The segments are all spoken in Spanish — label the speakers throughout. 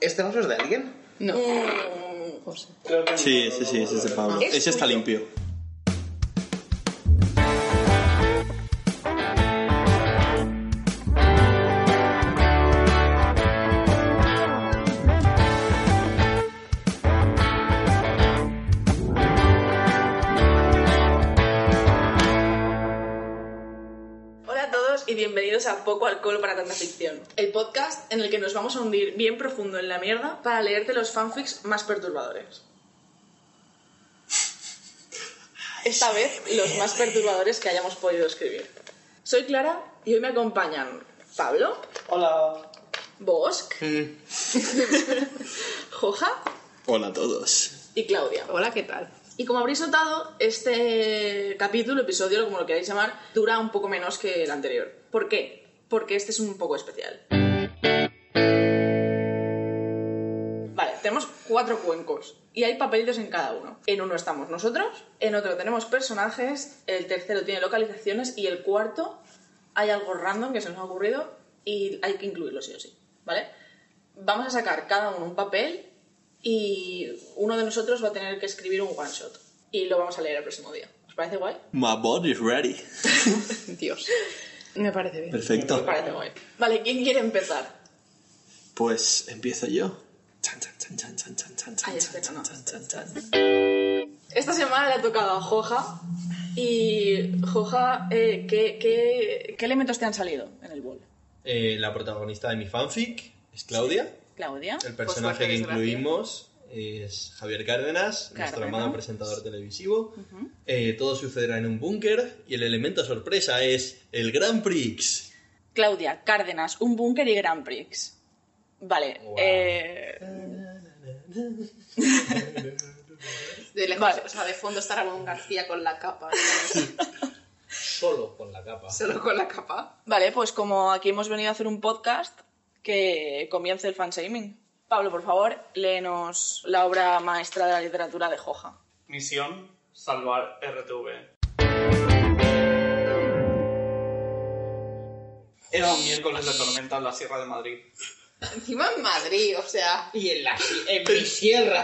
Speaker 1: ¿Este vaso es de alguien?
Speaker 2: No.
Speaker 3: José.
Speaker 4: Creo que
Speaker 5: Sí,
Speaker 4: no,
Speaker 5: ese
Speaker 4: no,
Speaker 5: sí,
Speaker 4: no,
Speaker 5: ese es de
Speaker 4: no,
Speaker 5: Pablo.
Speaker 3: Es
Speaker 5: Ese está
Speaker 3: tuyo.
Speaker 5: limpio.
Speaker 3: Hola a todos y bienvenidos a Poco Alcohol para Tanta Ficción, el podcast en el que nos vamos a hundir bien profundo en la mierda para leerte los fanfics más perturbadores. Esta vez los más perturbadores que hayamos podido escribir. Soy Clara y hoy me acompañan Pablo,
Speaker 4: Hola.
Speaker 3: Bosk, Joja
Speaker 5: Hola a todos.
Speaker 3: y Claudia.
Speaker 2: Hola, ¿qué tal?
Speaker 3: Y como habréis notado, este capítulo, episodio, como lo queráis llamar, dura un poco menos que el anterior. ¿Por qué? Porque este es un poco especial. Vale, tenemos cuatro cuencos y hay papelitos en cada uno. En uno estamos nosotros, en otro tenemos personajes, el tercero tiene localizaciones y el cuarto hay algo random que se nos ha ocurrido y hay que incluirlo sí o sí, ¿vale? Vamos a sacar cada uno un papel y uno de nosotros va a tener que escribir un one shot y lo vamos a leer el próximo día. ¿Os parece guay?
Speaker 5: My body's ready.
Speaker 2: Dios. Me parece bien.
Speaker 3: Me
Speaker 5: Perfecto.
Speaker 3: parece guay. Vale, ¿quién quiere empezar?
Speaker 5: Pues empiezo yo. Chan, chan, chan, chan, chan, chan, chan,
Speaker 3: Ay,
Speaker 5: chan,
Speaker 3: espera,
Speaker 5: chan,
Speaker 3: no.
Speaker 5: chan, chan, chan.
Speaker 3: Esta semana le ha tocado a Joja. Y Joja, eh, ¿qué, qué, qué elementos te han salido en el bol?
Speaker 6: Eh, la protagonista de mi fanfic es Claudia.
Speaker 2: Claudia.
Speaker 3: Pues
Speaker 6: El
Speaker 2: Por suerte,
Speaker 6: personaje que
Speaker 2: desgracia.
Speaker 6: incluimos es Javier Cárdenas, nuestro
Speaker 2: Cárdenas.
Speaker 6: amado presentador televisivo. Eh, todo sucederá en un búnker y el elemento sorpresa es el Grand Prix.
Speaker 2: Claudia, Cárdenas, un búnker y Grand Prix. Vale.
Speaker 6: Wow.
Speaker 2: eh,
Speaker 3: De
Speaker 2: lejos, Vale.
Speaker 3: o sea, de fondo estará un García con la capa.
Speaker 6: Solo con la capa.
Speaker 3: Solo con la capa.
Speaker 2: vale, pues como aquí hemos venido a hacer un podcast, que comience el fanshaming. Pablo, por favor, léenos la obra maestra de la literatura de Joja.
Speaker 4: Misión, salvar RTV. Era un miércoles de tormenta en la Sierra de Madrid.
Speaker 3: Encima en Madrid, o sea.
Speaker 4: Y en, la, en mi sierra.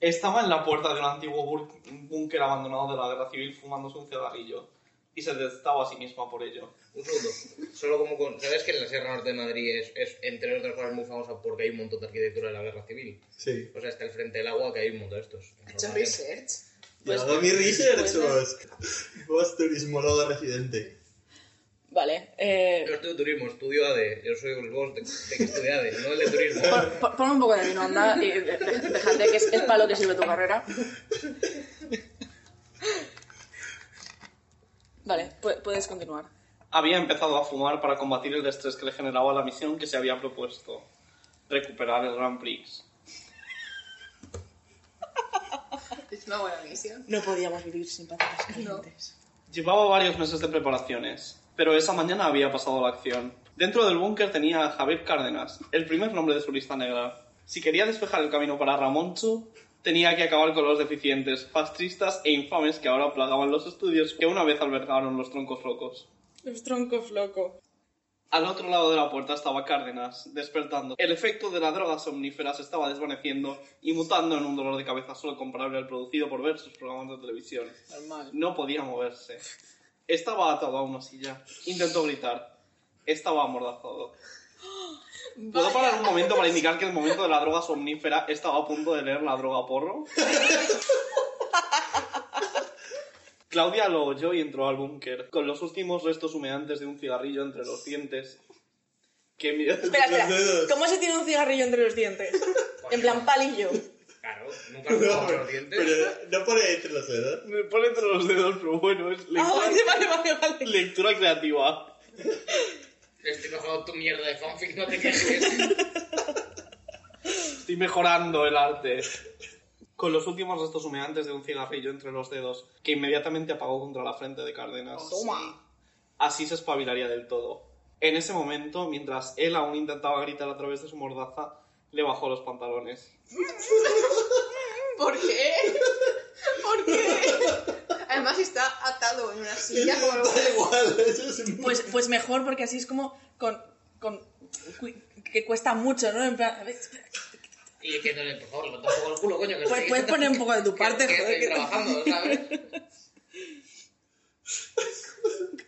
Speaker 4: Estaba en la puerta de un antiguo bur- búnker abandonado de la guerra civil fumándose un cigarrillo. Y se detestaba a sí misma por ello.
Speaker 7: Un segundo. Solo como con... ¿Sabes que en la Sierra Norte de Madrid es, es, entre otras cosas, muy famosa porque hay un montón de arquitectura de la guerra civil?
Speaker 6: Sí.
Speaker 7: O sea, está el frente del agua que hay un montón de estos.
Speaker 3: research?
Speaker 2: Pues
Speaker 6: Yo hago mi research, Bosk. Bosk, turismólogo residente.
Speaker 2: Vale. eh,
Speaker 7: Yo estudio turismo, estudio ADE. Yo soy el boss de, de que estudia ADE, E, no el de turismo.
Speaker 2: Pon- pon- Ponme un poco de vino, anda, y de- de- déjate que es, es para lo que sirve tu carrera. Vale, pu- puedes continuar.
Speaker 4: Había empezado a fumar para combatir el estrés que le generaba la misión que se había propuesto. Recuperar el Grand Prix.
Speaker 3: Es una buena misión.
Speaker 2: No podíamos vivir sin patatas
Speaker 3: calientes.
Speaker 4: Llevaba varios meses de preparaciones, pero esa mañana había pasado la acción. Dentro del búnker tenía a Javier Cárdenas, el primer nombre de su lista negra. Si quería despejar el camino para Ramonchu, tenía que acabar con los deficientes, pastristas e infames que ahora plagaban los estudios que una vez albergaron los troncos locos.
Speaker 2: Los troncos loco.
Speaker 4: Al otro lado de la puerta estaba Cárdenas, despertando. El efecto de la droga somnífera se estaba desvaneciendo y mutando en un dolor de cabeza solo comparable al producido por ver sus programas de televisión.
Speaker 2: Normal.
Speaker 4: No podía moverse. Estaba atado a una silla. Intentó gritar. Estaba amordazado. ¿Puedo parar un momento para indicar que el momento de la droga somnífera estaba a punto de leer la droga porro? Claudia lo oyó y entró al búnker, con los últimos restos humeantes de un cigarrillo entre los dientes. Que miró...
Speaker 2: Espera, espera. ¿Cómo se tiene un cigarrillo entre los dientes? En plan palillo.
Speaker 7: Claro, nunca me he lavado los dientes.
Speaker 6: no por entre los dedos.
Speaker 4: Me pone entre los dedos, pero bueno, es
Speaker 2: Ah,
Speaker 4: lectura,
Speaker 2: vale, vale, vale, vale.
Speaker 4: lectura creativa.
Speaker 7: Estoy mejorando tu mierda de fanfic, no te quejes.
Speaker 4: Estoy mejorando el arte. Con los últimos restos humeantes de un cigarrillo entre los dedos, que inmediatamente apagó contra la frente de Cárdenas.
Speaker 2: Toma.
Speaker 4: Así se espabilaría del todo. En ese momento, mientras él aún intentaba gritar a través de su mordaza, le bajó los pantalones.
Speaker 3: ¿Por qué? ¿Por qué? Además está atado en una silla.
Speaker 2: Pues, pues mejor, porque así es como con, con cu- que cuesta mucho, ¿no? En plan, a ver, espera,
Speaker 7: Y diciéndole, por favor, levanta un poco el culo, coño. Que
Speaker 2: Pues
Speaker 7: estoy-
Speaker 2: puedes poner un poco de tu
Speaker 7: que-
Speaker 2: parte,
Speaker 7: que
Speaker 2: joder,
Speaker 7: Estoy
Speaker 2: que-
Speaker 7: trabajando, ¿sabes?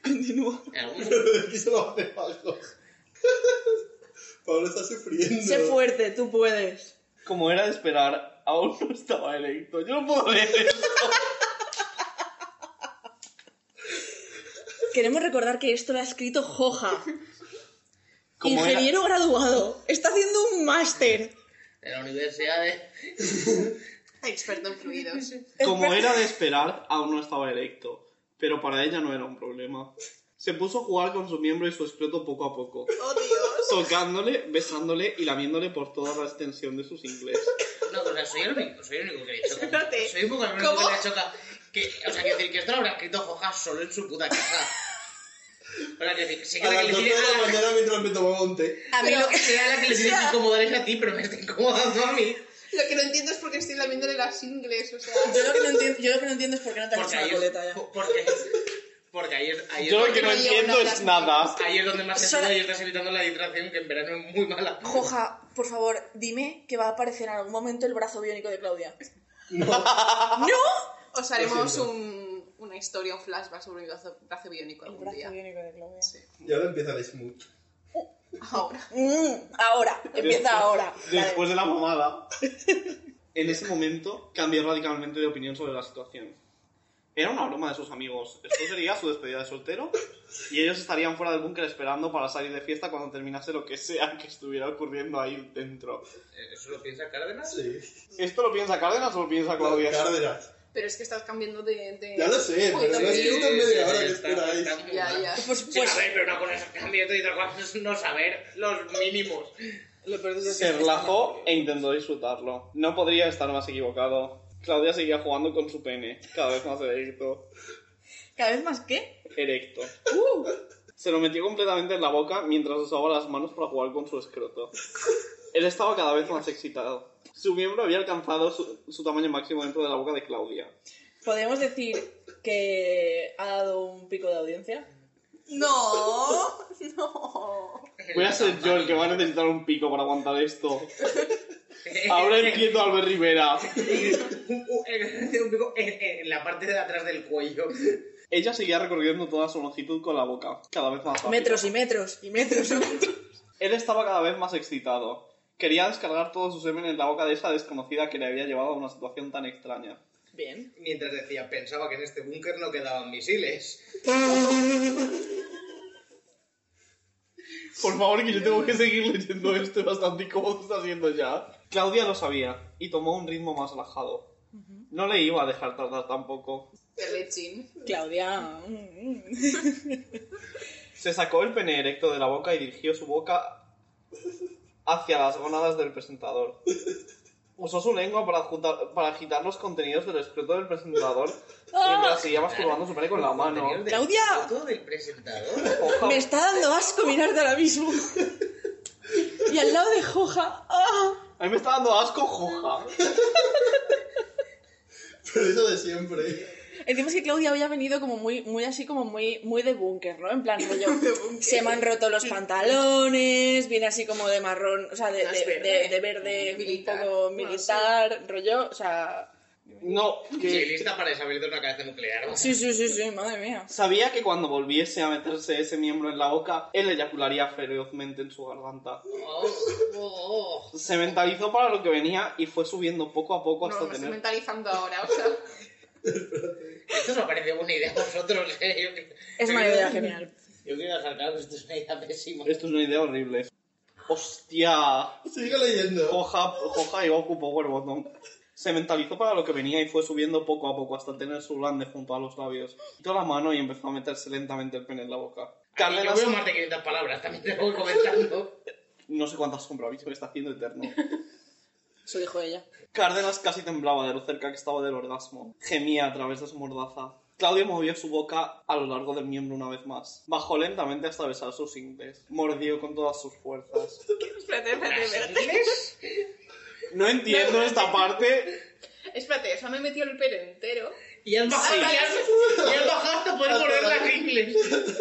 Speaker 2: continúo.
Speaker 7: En algún-
Speaker 6: Aquí se lo hace Pablo. Pablo está sufriendo.
Speaker 2: Sé fuerte, tú puedes.
Speaker 4: Como era de esperar, aún no estaba electo. Yo no puedo leer esto.
Speaker 2: Queremos recordar que esto lo ha escrito Joja,
Speaker 4: Como era-
Speaker 2: ingeniero graduado. Está haciendo un máster.
Speaker 7: En la universidad de...
Speaker 3: Experto en fluidos.
Speaker 4: Como era de esperar, aún no estaba erecto, pero para ella no era un problema. Se puso a jugar con su miembro y su escroto poco a poco,
Speaker 3: ¡Oh, Dios!
Speaker 4: tocándole, besándole y lamiéndole por toda la extensión de sus ingles.
Speaker 7: No, o sea, soy el único, soy el único que le choca.
Speaker 3: Espérate.
Speaker 7: Soy un poco el único
Speaker 3: ¿Cómo?
Speaker 7: que le choca. Que, o sea, que decir que esto lo habrá escrito Joja solo en su puta casa. O sea, que decir, sí que
Speaker 6: A
Speaker 7: la que
Speaker 6: las
Speaker 7: le
Speaker 6: dos de
Speaker 7: tiene...
Speaker 6: la
Speaker 7: a la-
Speaker 6: mañana mientras me tomaba un té.
Speaker 3: A mí
Speaker 7: Pero
Speaker 3: lo
Speaker 7: que
Speaker 3: que,
Speaker 7: sea la que le tiene que incomodar es a ti, pero me está incomodando a mí.
Speaker 3: lo que no entiendo es por qué estoy lamiéndole las ingles, o sea...
Speaker 2: Yo lo que no entiendo, yo lo que no entiendo es por qué no te has
Speaker 7: Porque
Speaker 2: hecho la
Speaker 7: ahí es...
Speaker 2: coleta ya.
Speaker 7: Porque, porque ahí es... Ahí es
Speaker 4: Yo lo
Speaker 7: donde-
Speaker 4: que no
Speaker 3: no llevo
Speaker 4: entiendo
Speaker 3: nada.
Speaker 4: es nada.
Speaker 7: Ahí es donde más
Speaker 2: Eso-
Speaker 7: sentido y estás evitando la distracción que en verano es muy mala.
Speaker 2: Joja, por favor, dime que va a aparecer en algún momento el brazo biónico de Claudia. ¡No!
Speaker 3: Os haremos un, una historia, un flashback sobre mi brazo, brazo biónico
Speaker 2: El
Speaker 3: algún
Speaker 2: brazo
Speaker 3: día.
Speaker 2: biónico de Claudia.
Speaker 6: Y ahora empieza el smooth.
Speaker 3: Ahora.
Speaker 2: Mm, ahora, empieza ahora.
Speaker 4: Después de la mamada. En ese momento cambió radicalmente de opinión sobre la situación. Era una broma de sus amigos. Esto sería su despedida de soltero y ellos estarían fuera del búnker esperando para salir de fiesta cuando terminase lo que sea que estuviera ocurriendo ahí dentro.
Speaker 7: ¿Eso lo piensa Cárdenas?
Speaker 6: Sí.
Speaker 4: ¿Esto lo piensa Cárdenas o lo piensa Claudia?
Speaker 6: Cárdenas.
Speaker 3: Pero es que estás cambiando de... de-
Speaker 6: Ya lo sé,
Speaker 3: Uy,
Speaker 6: pero
Speaker 3: no,
Speaker 6: no es
Speaker 3: sí,
Speaker 6: que una
Speaker 7: sí,
Speaker 6: media
Speaker 7: sí,
Speaker 6: hora que
Speaker 7: está-
Speaker 6: esperáis.
Speaker 7: está muy
Speaker 3: Ya,
Speaker 7: mal.
Speaker 3: ya.
Speaker 2: Pues,
Speaker 7: Sí,
Speaker 2: pues,
Speaker 7: a ver, pero una cosa es el cambiamiento y otra cosa es no saber los mínimos.
Speaker 4: Se relajó e intentó disfrutarlo. No podría estar más equivocado. Claudia seguía jugando con su pene, cada vez más erecto.
Speaker 2: ¿cada vez más qué?
Speaker 4: Erecto. Se lo metió completamente en la boca mientras usaba las manos para jugar con su escroto. Él estaba cada vez más excitado. Su miembro había alcanzado su, su tamaño máximo dentro de la boca de Claudia.
Speaker 2: Podríamos decir que ha dado un pico de audiencia.
Speaker 3: No, no.
Speaker 4: Voy a ser yo el que va a necesitar un pico para aguantar esto. Ahora entiendo a Albert Rivera.
Speaker 7: Un- un- en- un pico en- en la parte de atrás del cuello.
Speaker 4: Ella seguía recorriendo toda su longitud con la boca, cada vez más rápido.
Speaker 2: Metros y metros y metros y metros.
Speaker 4: Él estaba cada vez más excitado. Quería descargar todo su semen en la boca de esa desconocida que le había llevado a una situación tan extraña.
Speaker 2: Bien.
Speaker 7: Mientras decía, pensaba que en este búnker no quedaban misiles.
Speaker 4: Por favor, que yo tengo que seguir leyendo esto, es bastante incómodo está siendo ya. Claudia lo sabía y tomó un ritmo más relajado. No le iba a dejar tardar tampoco.
Speaker 3: De lechín.
Speaker 2: Claudia. mm, mm.
Speaker 4: Se sacó el pene erecto de la boca y dirigió su boca hacia las gónadas del presentador. Usó su lengua para, juntar- para agitar los contenidos del escroto del presentador mientras seguía masturbando su pene con la mano.
Speaker 7: Contenido del
Speaker 2: Claudia.
Speaker 7: foto del presentador.
Speaker 4: Ojo.
Speaker 2: Me está dando asco mirarte ahora mismo. Y al lado de Joja. ¡ah!
Speaker 4: A mí me está dando asco, joja.
Speaker 6: Pero eso de siempre.
Speaker 2: Encima es que Claudia había venido como muy, muy así, como muy, muy de búnker, ¿no? En plan, rollo. se me han roto los pantalones, viene así como de marrón, o sea, de,
Speaker 3: No,
Speaker 2: de-
Speaker 3: es verde.
Speaker 2: de- de verde,
Speaker 3: Militar.
Speaker 2: un poco
Speaker 3: Bueno,
Speaker 2: militar, rollo, o sea.
Speaker 4: No,
Speaker 7: Sí,
Speaker 4: que
Speaker 7: lista para deshabilitar una cabeza nuclear.
Speaker 2: Sí, sí, sí, sí, madre mía.
Speaker 4: sabía que cuando volviese a meterse ese miembro en la boca, él eyacularía ferozmente en su garganta.
Speaker 7: Oh, oh, oh.
Speaker 4: Se mentalizó para lo que venía y fue subiendo poco a poco hasta
Speaker 3: No, me estoy
Speaker 4: tener...
Speaker 3: mentalizando ahora, o sea...
Speaker 7: Esto os ha parecido buena idea a vosotros. ¿eh? Yo,
Speaker 2: Es
Speaker 7: yo
Speaker 2: una
Speaker 7: quiero-
Speaker 2: idea genial.
Speaker 7: Yo quiero dejar claro que esto es una idea pésima.
Speaker 4: Esto es una idea horrible. ¡Hostia!
Speaker 6: Sigue leyendo.
Speaker 4: Joja, joja y Goku Power Bottom. Se mentalizó para lo que venía y fue subiendo poco a poco hasta tener su glande junto a los labios. Quitó la mano y empezó a meterse lentamente el pene en la boca.
Speaker 7: Ay, Yo
Speaker 4: Cárdenas-
Speaker 7: veo más de 500 palabras, también te voy comentando.
Speaker 4: No sé cuántas compromisos que está haciendo Eterno.
Speaker 2: Soy hijo de ella.
Speaker 4: Cárdenas casi temblaba de lo cerca que estaba del orgasmo. Gemía a través de su mordaza. Claudia movió su boca a lo largo del miembro una vez más. Bajó lentamente hasta besar sus ingles. Mordió con todas sus fuerzas.
Speaker 3: Espérate, espérate,
Speaker 7: ¿Las
Speaker 3: espérate.
Speaker 7: ingles?
Speaker 4: No entiendo esta parte.
Speaker 3: Espérate, o sea, me he metido el pelo entero.
Speaker 7: Y has bajado,
Speaker 4: Sí.
Speaker 7: y has, y has bajado hasta poder volver las ingles.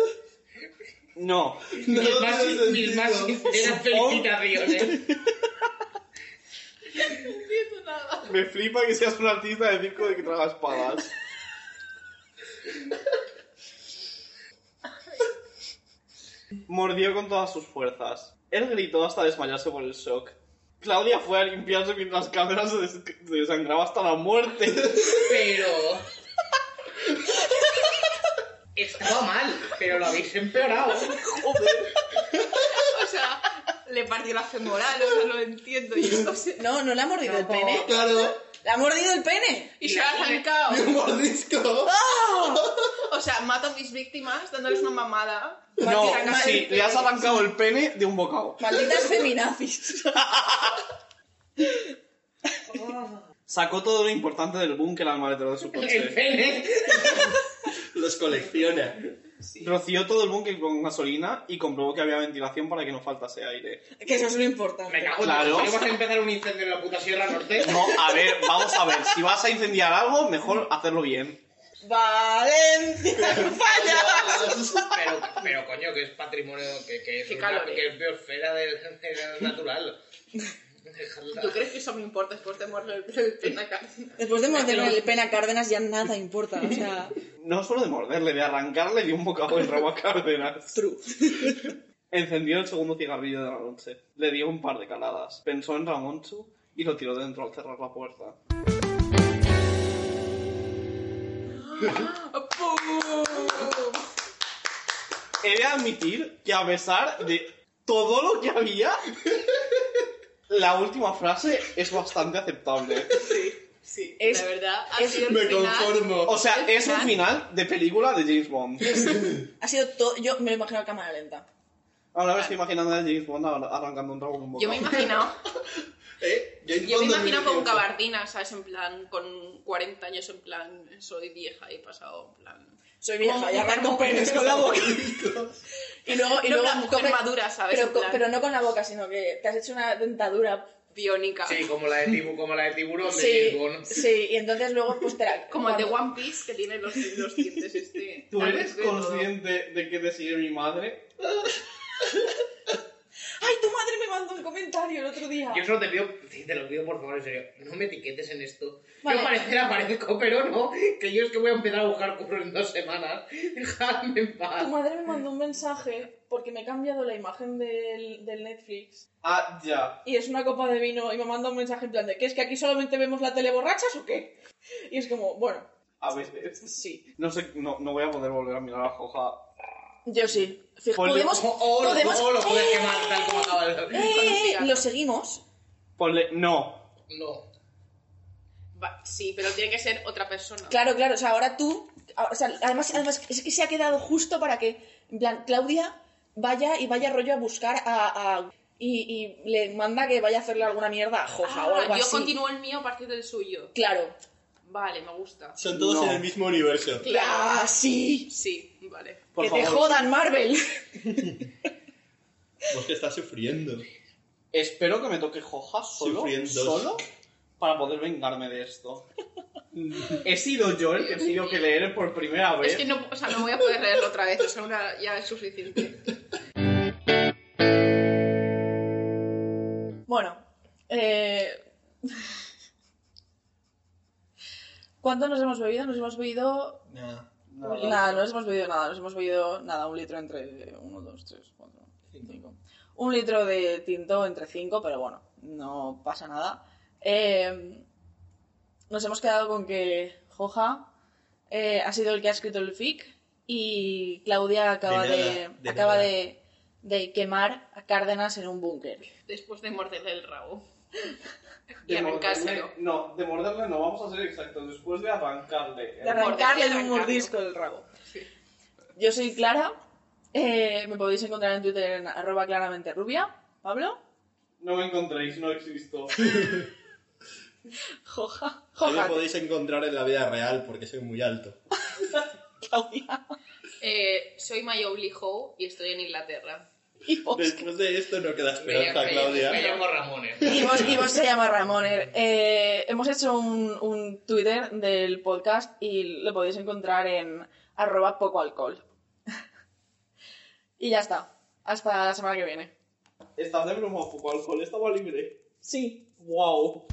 Speaker 4: No.
Speaker 7: Mil más,
Speaker 6: tiene sentido.
Speaker 7: mil más. Esas felicitaciones. ¿eh?
Speaker 4: Me flipa que seas un artista de circo de que traga espadas. Mordió con todas sus fuerzas. Él gritó hasta desmayarse por el shock. Claudia fue a limpiarse mientras Cameron se, des- se desangraba hasta la muerte.
Speaker 7: Pero. Estaba mal, pero lo habéis empeorado.
Speaker 3: O sea, le partió la femoral, o sea, lo entiendo. Y esto se...
Speaker 2: No, no le ha mordido el pene.
Speaker 5: Claro,
Speaker 2: ¡Le ha mordido el pene!
Speaker 3: Y se ha
Speaker 5: y
Speaker 3: arrancado.
Speaker 5: un mordisco.
Speaker 3: O sea, mato a mis víctimas dándoles una mamada.
Speaker 4: No,
Speaker 3: Maldita casa de
Speaker 4: sí, le has
Speaker 3: perros.
Speaker 4: arrancado el pene de un bocado.
Speaker 2: Malditas feminazis.
Speaker 4: Sacó todo lo importante del búnker al maletero de su
Speaker 7: El
Speaker 4: coche.
Speaker 7: pene.
Speaker 6: Los colecciona.
Speaker 4: Roció todo el búnker con gasolina y comprobó que había ventilación para que no faltase aire.
Speaker 2: Que eso es lo importante.
Speaker 7: Me cago en
Speaker 4: Claro.
Speaker 7: Dios. ¿Vamos a empezar un incendio en la puta Sierra Norte?
Speaker 4: No, a ver, vamos a ver. Si vas a incendiar algo, mejor hacerlo bien.
Speaker 2: ¡Valencia! ¡Falla!
Speaker 7: Pero, pero coño, que es patrimonio, que, que es,
Speaker 3: Qué
Speaker 7: una,
Speaker 3: calor, eh.
Speaker 7: que es biosfera del, del natural. Dejadla.
Speaker 3: ¿Tú crees que eso me importa después de morder el pene a Cárdenas?
Speaker 2: Después de morderle el pene a Cárdenas ya nada importa. O sea,
Speaker 4: No solo de morderle, de arrancarle de un bocado el rabo a Cárdenas.
Speaker 2: true.
Speaker 4: Encendió el segundo cigarrillo de la noche. Le dio un par de caladas. Pensó en Ramonchu y lo tiró dentro al cerrar la puerta.
Speaker 3: ¡Pum!
Speaker 4: He de admitir que a pesar de todo lo que había, la última frase es bastante aceptable.
Speaker 3: Sí,
Speaker 2: Es-
Speaker 3: la verdad, ha
Speaker 2: es-
Speaker 3: sido el
Speaker 6: Me
Speaker 3: final.
Speaker 6: conformo.
Speaker 4: O sea,
Speaker 3: El
Speaker 4: es un
Speaker 3: final.
Speaker 4: final de película de James Bond.
Speaker 2: Ha sido todo. Yo me lo imagino a cámara lenta.
Speaker 4: Ahora me estoy imaginando a James Bond ar- arrancando un rabo con un
Speaker 3: Yo me
Speaker 4: bocado.
Speaker 3: imagino,
Speaker 6: ¿Eh?
Speaker 3: yo me
Speaker 6: Bond
Speaker 3: imagino con
Speaker 6: 2018.
Speaker 3: gabardina, ¿sabes? En plan, con 40 años, en plan, soy vieja y he pasado, en plan...
Speaker 2: Soy vieja
Speaker 3: Como
Speaker 2: y arranco
Speaker 3: mujer
Speaker 2: penes con la boca. Y luego, y
Speaker 3: No,
Speaker 2: luego
Speaker 3: en plan, mujer
Speaker 2: coge-
Speaker 3: madura, ¿sabes?
Speaker 2: Pero,
Speaker 3: En
Speaker 2: co-
Speaker 3: plan-
Speaker 2: pero no con la boca, sino que te has hecho una dentadura.
Speaker 3: Biónica.
Speaker 7: Sí, como la de, tibu, como la de tiburón de
Speaker 2: Sí,
Speaker 7: Lisbon.
Speaker 2: sí, y entonces luego pues te la...
Speaker 3: Como el de One Piece que tiene los, los dientes este.
Speaker 4: ¿Tú
Speaker 3: tal
Speaker 4: eres
Speaker 3: vez, pero-
Speaker 4: consciente de que te sigue mi madre?
Speaker 2: ¡Ay, tu madre me mandó un comentario el otro día!
Speaker 7: Yo solo te pido, sí, te lo pido por favor, en serio, no me etiquetes en esto.
Speaker 2: Vale.
Speaker 7: Yo parecer aparezco, pero no, que yo es que voy a empezar a buscar curro en dos semanas. Dejadme en
Speaker 2: Tu
Speaker 7: paz.
Speaker 2: madre me mandó un mensaje porque me he cambiado la imagen del, del Netflix
Speaker 4: Ah, ya.
Speaker 2: y es una copa de vino y me manda un mensaje en plan de ¿qué es que aquí solamente vemos la tele borrachas o qué? Y es como, bueno, pues
Speaker 4: A veces.
Speaker 2: sí.
Speaker 4: No sé, no, no voy a poder volver a mirar a Joja.
Speaker 2: Yo sí. Fija-
Speaker 4: Ponle-
Speaker 2: podemos...
Speaker 7: Pues O, o Oh, lo-
Speaker 2: podemos-
Speaker 7: o lo puedes
Speaker 2: ¡Eh!
Speaker 7: quemar tal como acaba el...
Speaker 2: ¡Eh! Lo seguimos.
Speaker 4: Ponle. No.
Speaker 7: No.
Speaker 3: Va- sí, pero tiene que ser otra persona.
Speaker 2: Claro, claro, o sea, ahora tú, o sea, además, además es que se ha quedado justo para que, en plan, Claudia vaya y vaya rollo a buscar a... a- y, y le manda que vaya a hacerle alguna mierda a Joja o
Speaker 3: Ah,
Speaker 2: algo
Speaker 3: yo
Speaker 2: así.
Speaker 3: continúo el mío a partir del suyo.
Speaker 2: Claro.
Speaker 3: Vale, me gusta.
Speaker 6: Son todos
Speaker 4: No.
Speaker 6: en el mismo universo.
Speaker 2: ¡Ah, sí!
Speaker 3: Sí, vale.
Speaker 4: Por
Speaker 2: que te
Speaker 4: favor.
Speaker 2: jodan, Marvel.
Speaker 6: Vos que estás sufriendo.
Speaker 4: Espero que me toque Joja solo.
Speaker 6: Sufriendo.
Speaker 4: Solo. Para poder vengarme de esto. He sido yo el que he tenido que leer por primera vez.
Speaker 3: Es que no, o sea, no voy a poder leerlo otra vez, o sea, una- ya es suficiente.
Speaker 2: Bueno, eh... ¿cuánto nos hemos bebido? Nos hemos bebido...
Speaker 6: Nada.
Speaker 4: Nada.
Speaker 2: Nada, no nos hemos bebido nada. Nos hemos bebido nada, un litro entre 1, 2, 3, 4, 5. Un litro de tinto entre 5, pero bueno, no pasa nada. Eh, nos hemos quedado con que Joja eh, ha sido el que ha escrito el fic y Claudia acaba
Speaker 6: De nada,
Speaker 2: de,
Speaker 6: de
Speaker 2: acaba
Speaker 6: nada.
Speaker 2: de- de quemar a Cárdenas en un búnker.
Speaker 3: Después de morderle el rabo. Y
Speaker 4: De
Speaker 3: arrancárselo.
Speaker 4: morderle- No, de morderle no, vamos a ser exactos. Después de arrancarle. ¿eh?
Speaker 2: de arrancarle
Speaker 3: Morderle,
Speaker 2: un
Speaker 3: arrancarlo.
Speaker 2: mordisco del rabo.
Speaker 3: Sí.
Speaker 2: Yo soy Clara. eh, me podéis encontrar en Twitter en arroba claramente rubia. Pablo.
Speaker 4: No me encontréis, no existo.
Speaker 2: Joja.
Speaker 6: Solo
Speaker 2: Joja.
Speaker 6: podéis encontrar en la vida real porque soy muy alto.
Speaker 2: Claudia.
Speaker 3: Eh, soy My Only Hoe y estoy en Inglaterra.
Speaker 2: Y vos,
Speaker 6: Después de esto no queda
Speaker 7: Me, llamo-
Speaker 6: esperanza,
Speaker 7: me- me
Speaker 6: Claudia.
Speaker 7: llamo eh. Ramones.
Speaker 2: y vos- y vos se llama Ramoner. Eh, hemos hecho un, un Twitter del podcast y lo podéis encontrar en arroba poco alcohol. Y ya está. Hasta la semana que viene.
Speaker 4: Estás de broma, poco alcohol, estaba libre.
Speaker 2: Sí.
Speaker 4: Wow.